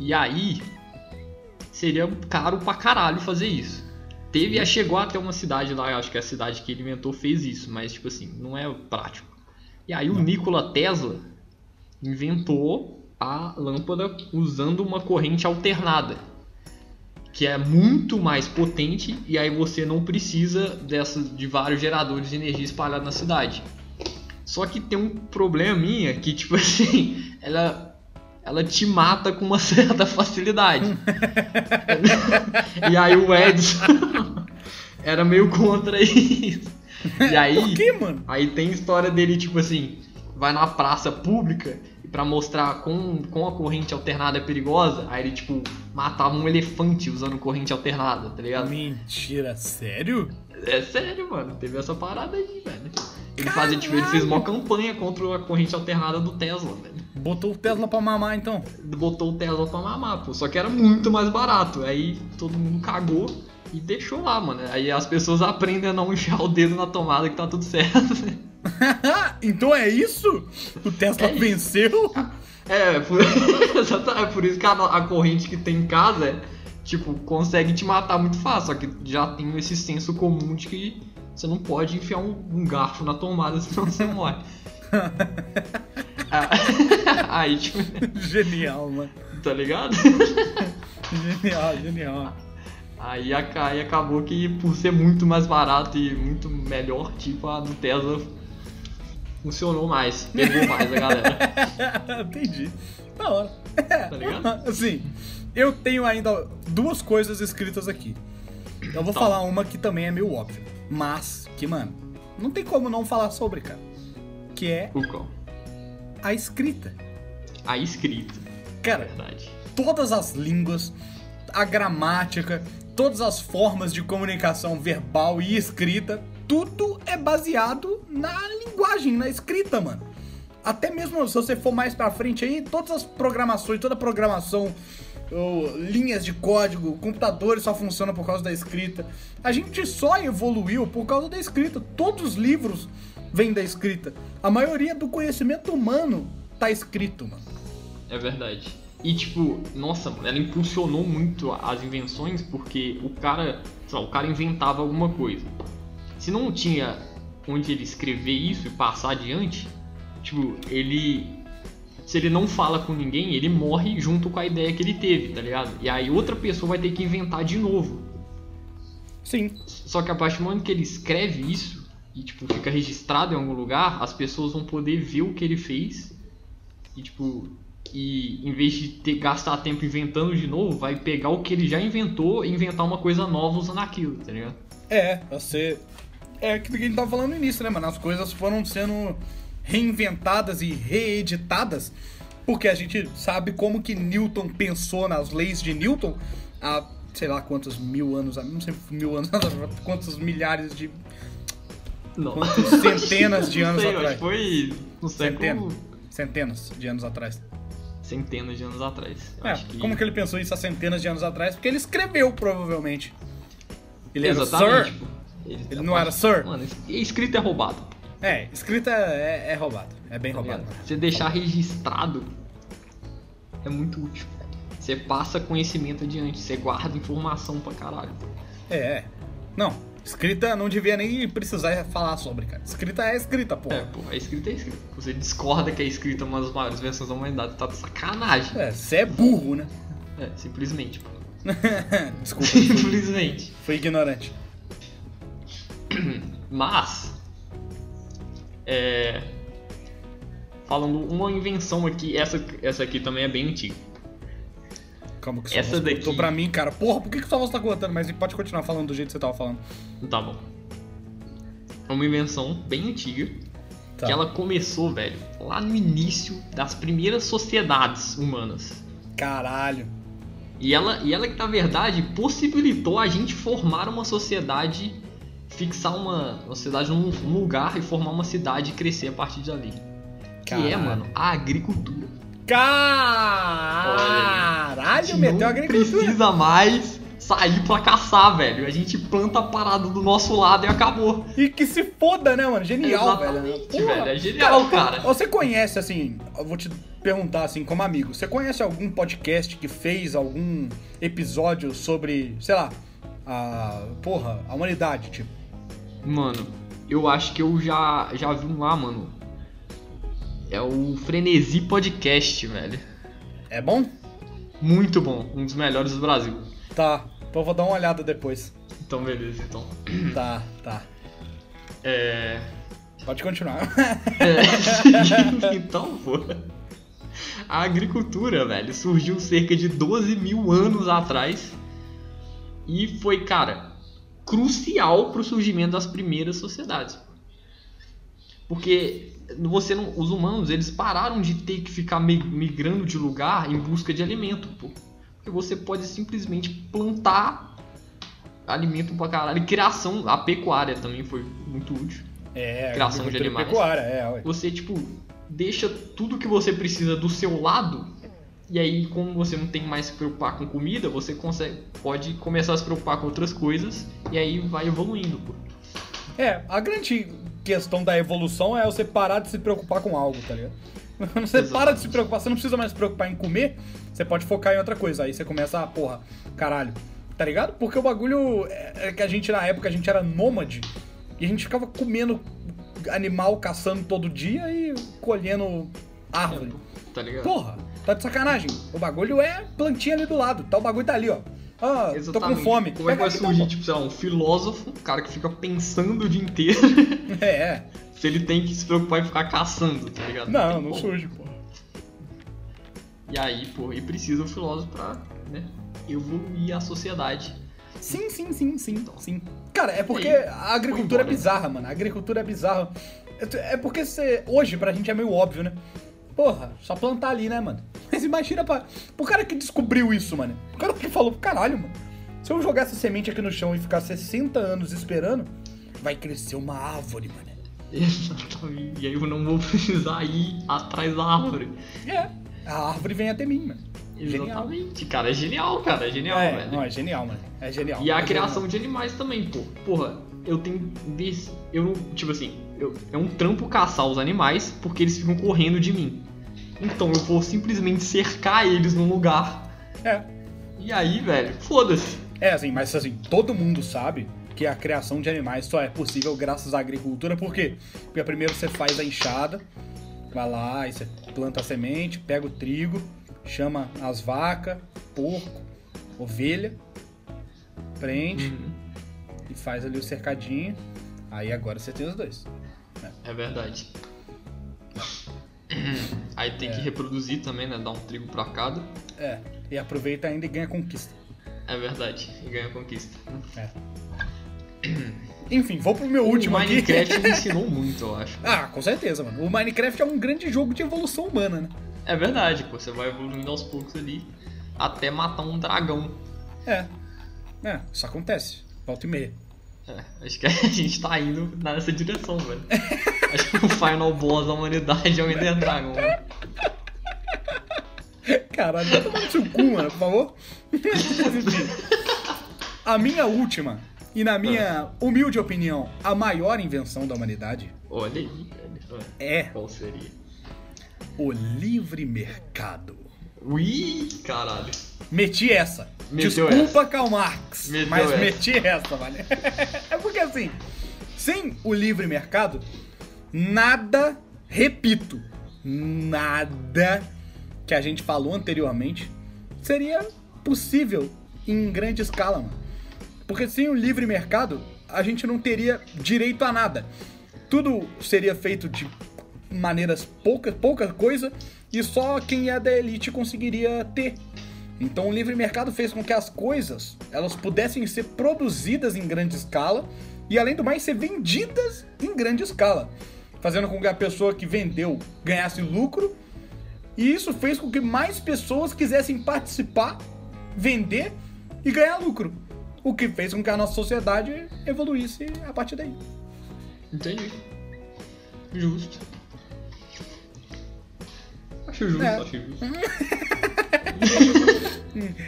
E aí seria caro pra caralho fazer isso. Teve, chegou até uma cidade lá, acho que é a cidade que ele inventou fez isso, mas tipo assim, não é prático. E aí o Nikola Tesla inventou a lâmpada usando uma corrente alternada, que é muito mais potente e aí você não precisa dessa, de vários geradores de energia espalhados na cidade. Só que tem um probleminha que tipo assim, ela ela te mata com uma certa facilidade. e aí o Edson era meio contra isso. E aí
Por que, mano?
Aí tem história dele, tipo assim, vai na praça pública e pra mostrar com, com a corrente alternada é perigosa, aí ele, tipo, matava um elefante usando corrente alternada, tá ligado?
Mentira, sério?
É sério, mano, teve essa parada aí, velho. Ele fazia, tipo, ele fez uma campanha contra a corrente alternada do Tesla, velho.
Botou o Tesla pra mamar, então.
Botou o Tesla pra mamar, pô. Só que era muito mais barato. Aí todo mundo cagou e deixou lá, mano. Aí as pessoas aprendem a não enfiar o dedo na tomada que tá tudo certo.
então é isso? O Tesla venceu?
É, por... exata- é por isso que a, no- a corrente que tem em casa, é, tipo, consegue te matar muito fácil. Só que já tem esse senso comum de que você não pode enfiar um, um garfo na tomada, senão você morre. Ah, Aí, tipo,
Genial, mano.
tá ligado?
Genial, genial.
Aí, a- aí acabou que, por ser muito mais barato e muito melhor, tipo, a do Tesla funcionou mais, pegou mais a galera.
Entendi. Da hora.
Tá ligado?
Assim, eu tenho ainda duas coisas escritas aqui. Eu vou
Tá.
falar uma que também é meio óbvia. Mas, que, mano, não tem como não falar sobre, cara. Que é
O qual?
a escrita.
A escrita, na
Cara,
verdade.
todas as línguas, a gramática, todas as formas de comunicação verbal e escrita, tudo é baseado na linguagem, na escrita, mano. Até mesmo se você for mais pra frente aí, todas as programações, toda programação, ou linhas de código, computadores só funcionam por causa da escrita. A gente só evoluiu por causa da escrita. Todos os livros vêm da escrita. A maioria do conhecimento humano tá escrito, mano.
É verdade. E tipo, nossa, mano, ela impulsionou muito as invenções porque o cara, sei lá, o cara inventava alguma coisa. Se não tinha onde ele escrever isso e passar adiante, tipo, ele se ele não fala com ninguém, ele morre junto com a ideia que ele teve, tá ligado? E aí outra pessoa vai ter que inventar de novo.
Sim,
Só que a partir do momento que ele escreve isso, e tipo fica registrado em algum lugar, as pessoas vão poder ver o que ele fez e tipo e em vez de ter gastar tempo inventando de novo, vai pegar o que ele já inventou e inventar uma coisa nova usando aquilo, tá ligado?
É, você. É aquilo que a gente tava falando no início, né, mano? As coisas foram sendo reinventadas e reeditadas, porque a gente sabe como que Newton pensou nas leis de Newton há sei lá quantos mil anos, não sei mil anos, quantos milhares de.
Não.
quantas centenas de anos
não sei, eu acho
atrás.
que foi no século.
Centenas. Centenas de anos atrás.
Centenas de anos atrás. Eu
É,
acho que...
como que ele pensou isso há centenas de anos atrás? Porque ele escreveu, provavelmente. Ele era
Exatamente.
Sir.
pô.
Ele não era Sir?
Mano, es- escrito é roubado. tá
É, escrita é, é roubado. É bem roubado.
ligado? Você deixar registrado é muito útil. Você passa conhecimento adiante, você guarda informação pra caralho.
É, é. Não, escrita não devia nem precisar falar sobre, cara. Escrita é escrita, pô.
É, pô, a escrita é escrita. Você discorda que é escrita uma das maiores versões da humanidade, tá de sacanagem.
É, você é burro, né?
É, simplesmente, pô.
Desculpa, fui,
Simplesmente.
fui ignorante.
Mas, é, falando uma invenção aqui, essa, essa aqui também é bem antiga.
Calma que o
Essa
Salvador
daqui-
botou pra mim, cara. Porra, por que, que o Salvador tá contando? Mas pode continuar falando do jeito que você tava falando.
Tá bom. É uma invenção bem antiga
Tá.
que ela começou, velho, lá no início das primeiras sociedades humanas.
Caralho.
E ela, e ela que, na verdade, possibilitou a gente formar uma sociedade, fixar uma, uma sociedade num num lugar e formar uma cidade e crescer a partir dali. Que é,
Caralho.
mano, a agricultura.
Caralho,
gente
meteu
não
a agricultura.
precisa mais sair pra caçar, velho. A gente planta a parada do nosso lado e acabou.
E que se foda, né, mano? Genial,
Exatamente,
velho. Porra.
velho. É genial, cara.
Então, Você conhece, assim, eu vou te perguntar, assim, como amigo, você conhece algum podcast que fez algum episódio sobre, sei lá, a. Porra, a humanidade, tipo.
Mano, eu acho que eu já, já vi um lá, mano. É o Frenesi Podcast, velho.
É bom?
Muito bom. Um dos melhores do Brasil.
Tá. Então eu vou dar uma olhada depois.
Então, beleza, então.
Tá, tá.
É.
Pode continuar.
É, então, pô. A agricultura, velho, surgiu cerca de 12 mil anos atrás e foi, cara, crucial pro surgimento das primeiras sociedades. Porque você não, os humanos, eles pararam de ter que ficar mi- migrando de lugar em busca de alimento, pô. Porque você pode simplesmente plantar alimento pra caralho. E criação, a pecuária também foi muito útil
É,
Criação
agricultura
de
e
animais.
Pecuária, é, ué.
você tipo deixa tudo que você precisa do seu lado e aí como você não tem mais que se preocupar com comida você consegue pode começar a se preocupar com outras coisas e aí vai evoluindo pô.
É, a grande questão da evolução é você parar de se preocupar com algo, tá ligado? Você
Exatamente.
para de se preocupar, você não precisa mais se preocupar em comer, você pode focar em outra coisa. Aí você começa, ah, porra, caralho, tá ligado? Porque o bagulho é é que a gente, na época, a gente era nômade e a gente ficava comendo animal, caçando todo dia e colhendo árvore.
tá ligado
Porra, tá de sacanagem. O bagulho é plantinha ali do lado, tá? O bagulho tá ali, ó. Ah, tô com
Exatamente.
fome.
como é que
Pega
vai
aqui, tá
surgir tipo sei lá, um filósofo um cara que fica pensando o dia inteiro
bom. É, é.
se ele tem que se preocupar em ficar caçando tá ligado
Não,
tem
não
como.
surge, porra.
e aí pô e precisa o filósofo pra né evoluir a sociedade
Sim, sim, sim, sim, sim. Cara, é porque a agricultura é
Então. Foi embora.
bizarra, mano. A agricultura é bizarra. É é porque você, hoje pra gente é meio óbvio, né? Porra, só plantar ali, né, mano? Mas imagina pra, pro cara que descobriu isso, mano. O cara que falou, caralho, mano. Se eu jogar essa semente aqui no chão e ficar 60 anos esperando, vai crescer uma árvore, mano.
Exatamente. e aí eu não vou precisar ir atrás da árvore
É, a árvore vem até mim, mano. Genial.
Exatamente, cara. É genial, cara. É genial,
é,
velho.
não, é genial, mano. É genial.
E a
É
criação de animais também, pô. Porra, eu tenho. des- Eu não. Tipo assim, eu- é um trampo caçar os animais porque eles ficam correndo de mim. Então eu vou simplesmente cercar eles num lugar.
genial. É.
E aí, velho, foda-se.
É, assim, mas assim, todo mundo sabe que a criação de animais só é possível graças à agricultura, por quê? Porque primeiro você faz a enxada, vai lá e você planta a semente, pega o trigo, chama as vacas, porco, ovelha, prende
Uhum.
e faz ali o cercadinho. Aí agora você tem os dois.
É verdade. Aí tem que reproduzir também, né? Dar um trigo pra cada.
É. E aproveita ainda e ganha conquista.
É verdade. E ganha conquista.
É. Enfim, vou pro meu último
o
aqui.
Minecraft me ensinou muito, eu acho.
Ah, com certeza, mano. O Minecraft é um grande jogo de evolução humana, né?
É verdade, pô. Você vai evoluindo aos poucos ali. Até matar um dragão.
É. É, isso acontece. Volta e meia.
É, acho que a gente tá indo nessa direção, velho. Acho que o final boss da humanidade é o Ender Dragon. né? velho.
Caralho, vai tomar no seu cu, mano, por favor. a minha última, e na minha humilde opinião, a maior invenção da humanidade
Olha aí, velho. Ah,
é
Qual seria?
o livre mercado.
Ui, caralho.
Meti essa.
Meteu
Desculpa, Karl Marx,
Meteu
mas
essa.
meti essa, mano. É porque assim, sem o livre mercado, nada, repito, nada que a gente falou anteriormente seria possível em grande escala, mano. Porque sem o livre mercado, a gente não teria direito a nada. Tudo seria feito de maneiras pouca, pouca coisa e só quem é da elite conseguiria ter. Então o livre mercado fez com que as coisas elas pudessem ser produzidas em grande escala e além do mais ser vendidas em grande escala, fazendo com que a pessoa que vendeu ganhasse lucro e isso fez com que mais pessoas quisessem participar, vender e ganhar lucro. O que fez com que a nossa sociedade evoluísse a partir daí.
Entendi. Justo. Acho justo,
É.
acho justo.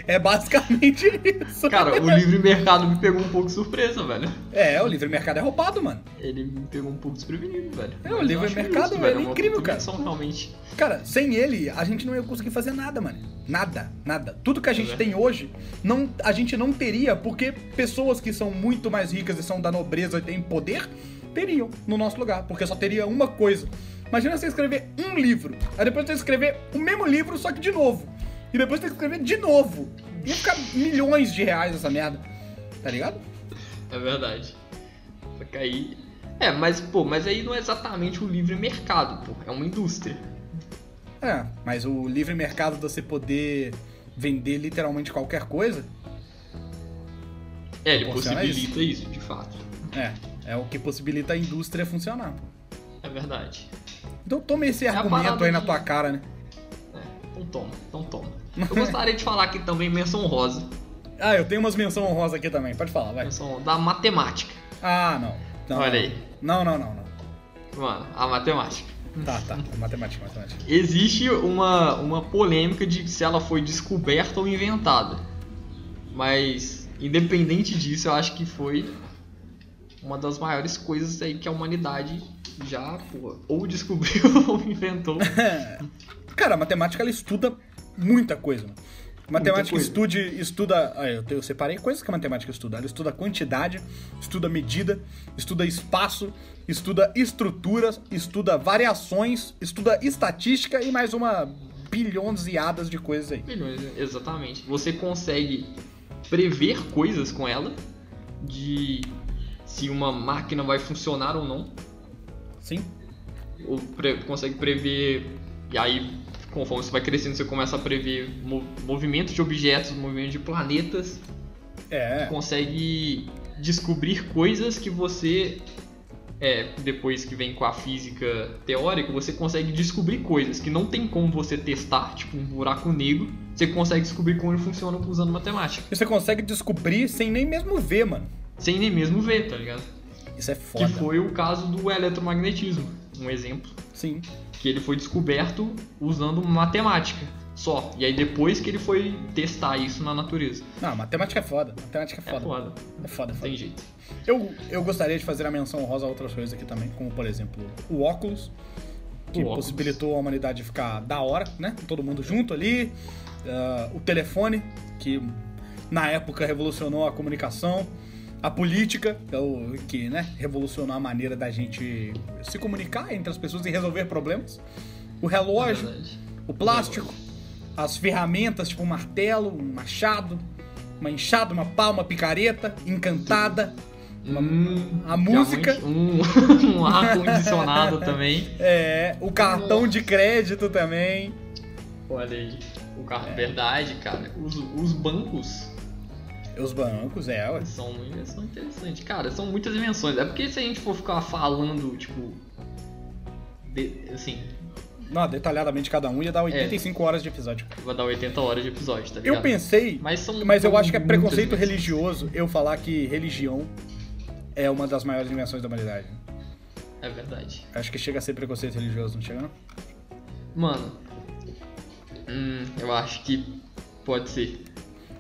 É basicamente isso.
Cara, o livre mercado me pegou um pouco de surpresa, velho.
É, o livre mercado é roubado, mano.
Ele me pegou um pouco desprevenido, velho.
É, o
Mas eu
livre
acho
mercado,
justo,
ele é
uma
incrível, cara.
contribuição, realmente.
Cara, sem ele, a gente não ia conseguir fazer nada, mano. Nada, nada. Tudo que a gente
É.
tem hoje, não, a gente não teria, porque pessoas que são muito mais ricas e são da nobreza e têm poder, teriam no nosso lugar, porque só teria uma coisa. Imagina você escrever um livro, aí depois você escrever o mesmo livro, só que de novo. E depois você escrever de novo. Ia ficar milhões de reais essa merda. Tá ligado?
É verdade. Só que aí. É, mas, pô, mas aí não é exatamente o livre mercado, pô. É uma indústria.
É, mas o livre mercado de você poder vender literalmente qualquer coisa,
É, ele
Proporciona
possibilita isso. de fato.
é, é o que possibilita a indústria funcionar.
É verdade.
Então toma esse
a
argumento
parada
aí na
de-
tua cara, né?
É, então toma, então toma. Eu gostaria de falar aqui também menção rosa.
Ah, eu tenho umas menção honrosa aqui também, pode falar, vai.
Menção honrosa da matemática.
Ah, não. É. não
Olha
não.
aí.
Não, não, não, não.
Mano, a matemática.
Tá, tá. Matemática, matemática.
Existe uma, uma polêmica de se ela foi descoberta ou inventada. Mas, independente disso, eu acho que foi uma das maiores coisas aí que a humanidade já pô, ou descobriu ou inventou.
Cara, a matemática ela estuda muita coisa. mano. Matemática
coisa.
estude, estuda. ah, Eu, te- eu separei coisas que a matemática estuda. Ela estuda quantidade, estuda medida, estuda espaço, estuda estruturas, estuda variações, estuda estatística e mais uma bilhonzeadas de coisas aí.
Milhões, né? exatamente. Você consegue prever coisas com ela, de se uma máquina vai funcionar ou não.
Sim?
ou pre- consegue prever e aí conforme você vai crescendo você começa a prever mo- movimento de objetos, movimento de planetas,
É.
consegue descobrir coisas que você é, depois que vem com a física teórica, você consegue descobrir coisas que não tem como você testar, tipo um buraco negro, você consegue descobrir como ele funciona usando matemática,
E você consegue descobrir sem nem mesmo ver, mano.
sem nem mesmo ver, tá ligado?
Isso é
Que
foda.
foi o caso do eletromagnetismo, um exemplo.
Sim.
que ele foi descoberto usando matemática só. E aí depois que ele foi testar isso na natureza.
Não, matemática é foda. Matemática é
É
foda. É
foda,
foda, é
não
foda.
tem jeito.
Eu, eu gostaria de fazer a menção honrosa a outras coisas aqui também, como por exemplo o óculos, que
O óculos.
possibilitou a humanidade ficar da hora, né? Todo mundo junto ali. Ah, o telefone, que na época revolucionou a comunicação. A política, que é o- que né, revolucionou a maneira da gente se comunicar entre as pessoas e resolver problemas. O relógio,
Verdade.
o plástico, as ferramentas, tipo um martelo, um machado, uma enxada, uma palma, picareta, encantada, Uma-
Hum,
a música.
já Um, um ar-condicionado também.
É, o cartão de crédito também.
Olha aí. O
É.
carro, verdade, cara. Os, os bancos
Os bancos, é, ué.
são uma invenção interessante. Cara, são muitas invenções. É porque se a gente for ficar falando, tipo. de- assim,
Não, detalhadamente cada um ia dar 85 horas de episódio.
vai dar 80 horas de episódio, tá É. ligado?
Eu pensei,
Mas, são,
mas eu
são
acho que é
muitas
preconceito
invenções.
religioso eu falar que religião é uma das maiores invenções da humanidade.
É verdade.
Acho que chega a ser preconceito religioso, não chega não?
Mano. Hum, eu acho que pode ser.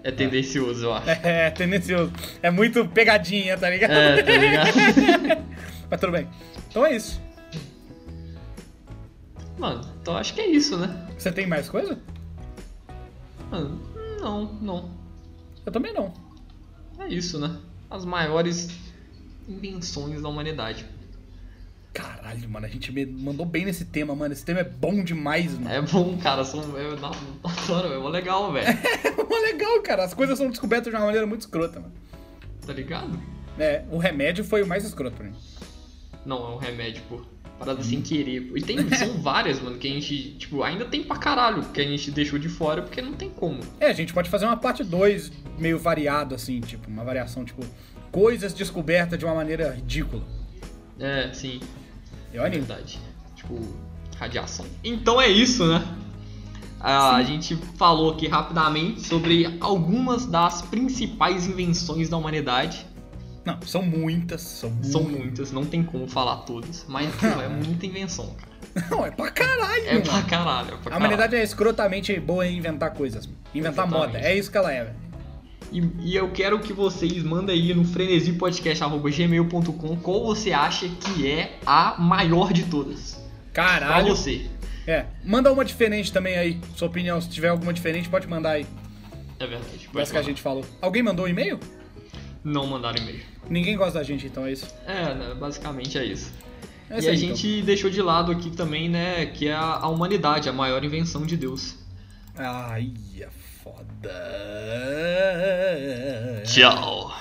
É tendencioso, eu acho.
É, tendencioso. É muito pegadinha, tá ligado?
É, tá ligado?
Mas tudo bem. Então é isso.
Mano, então acho que é isso, né?
Você tem mais coisa?
Mano, não, não.
Eu também não.
É isso, né? As maiores invenções da humanidade.
Caralho, mano, a gente me- mandou bem nesse tema, mano. Esse tema é bom demais, mano.
É bom, cara. São, é, dá- adoro, é mó legal, velho.
É mó legal, cara. As coisas são descobertas de uma maneira muito escrota, mano.
Tá ligado?
É, o remédio foi o mais escroto né? pra mim.
Não, é um remédio, pô. Parada sem querer. pô. E tem, são várias, mano, que a gente, tipo, ainda tem pra caralho, que a gente deixou de fora porque não tem como.
É, a gente pode fazer uma parte 2 meio variado, assim, tipo, uma variação, tipo, coisas descobertas de uma maneira ridícula.
É, sim,
Eu
é
animo.
verdade. Tipo, radiação. Então é isso, né? Ah, a gente falou aqui rapidamente sobre algumas das principais invenções da humanidade.
Não, são muitas, são muitas.
São muitas, não tem como falar todas, mas pô, é muita invenção, cara.
Não, é pra caralho,
É
mano.
pra caralho, é pra
A
caralho.
humanidade é escrotamente boa em inventar coisas. mano. Inventar
Exatamente.
moda, é isso que ela é, velho.
E, e eu quero que vocês mandem aí no frenesipodcast.gmail.com qual você acha que é a maior de todas. Pra
Caralho.
você.
É, manda uma diferente também aí, sua opinião. Se tiver alguma diferente, pode mandar aí.
É verdade. pode
Parece que a
mandar.
gente falou. Alguém mandou um e-mail?
Não mandaram e-mail.
Ninguém gosta da gente, então é isso.
É, né, basicamente é isso.
É
e
isso
a
aí,
gente deixou de lado aqui também, né, que é a, a humanidade, a maior invenção de Deus.
Então. Ai, é foda.
Tchau.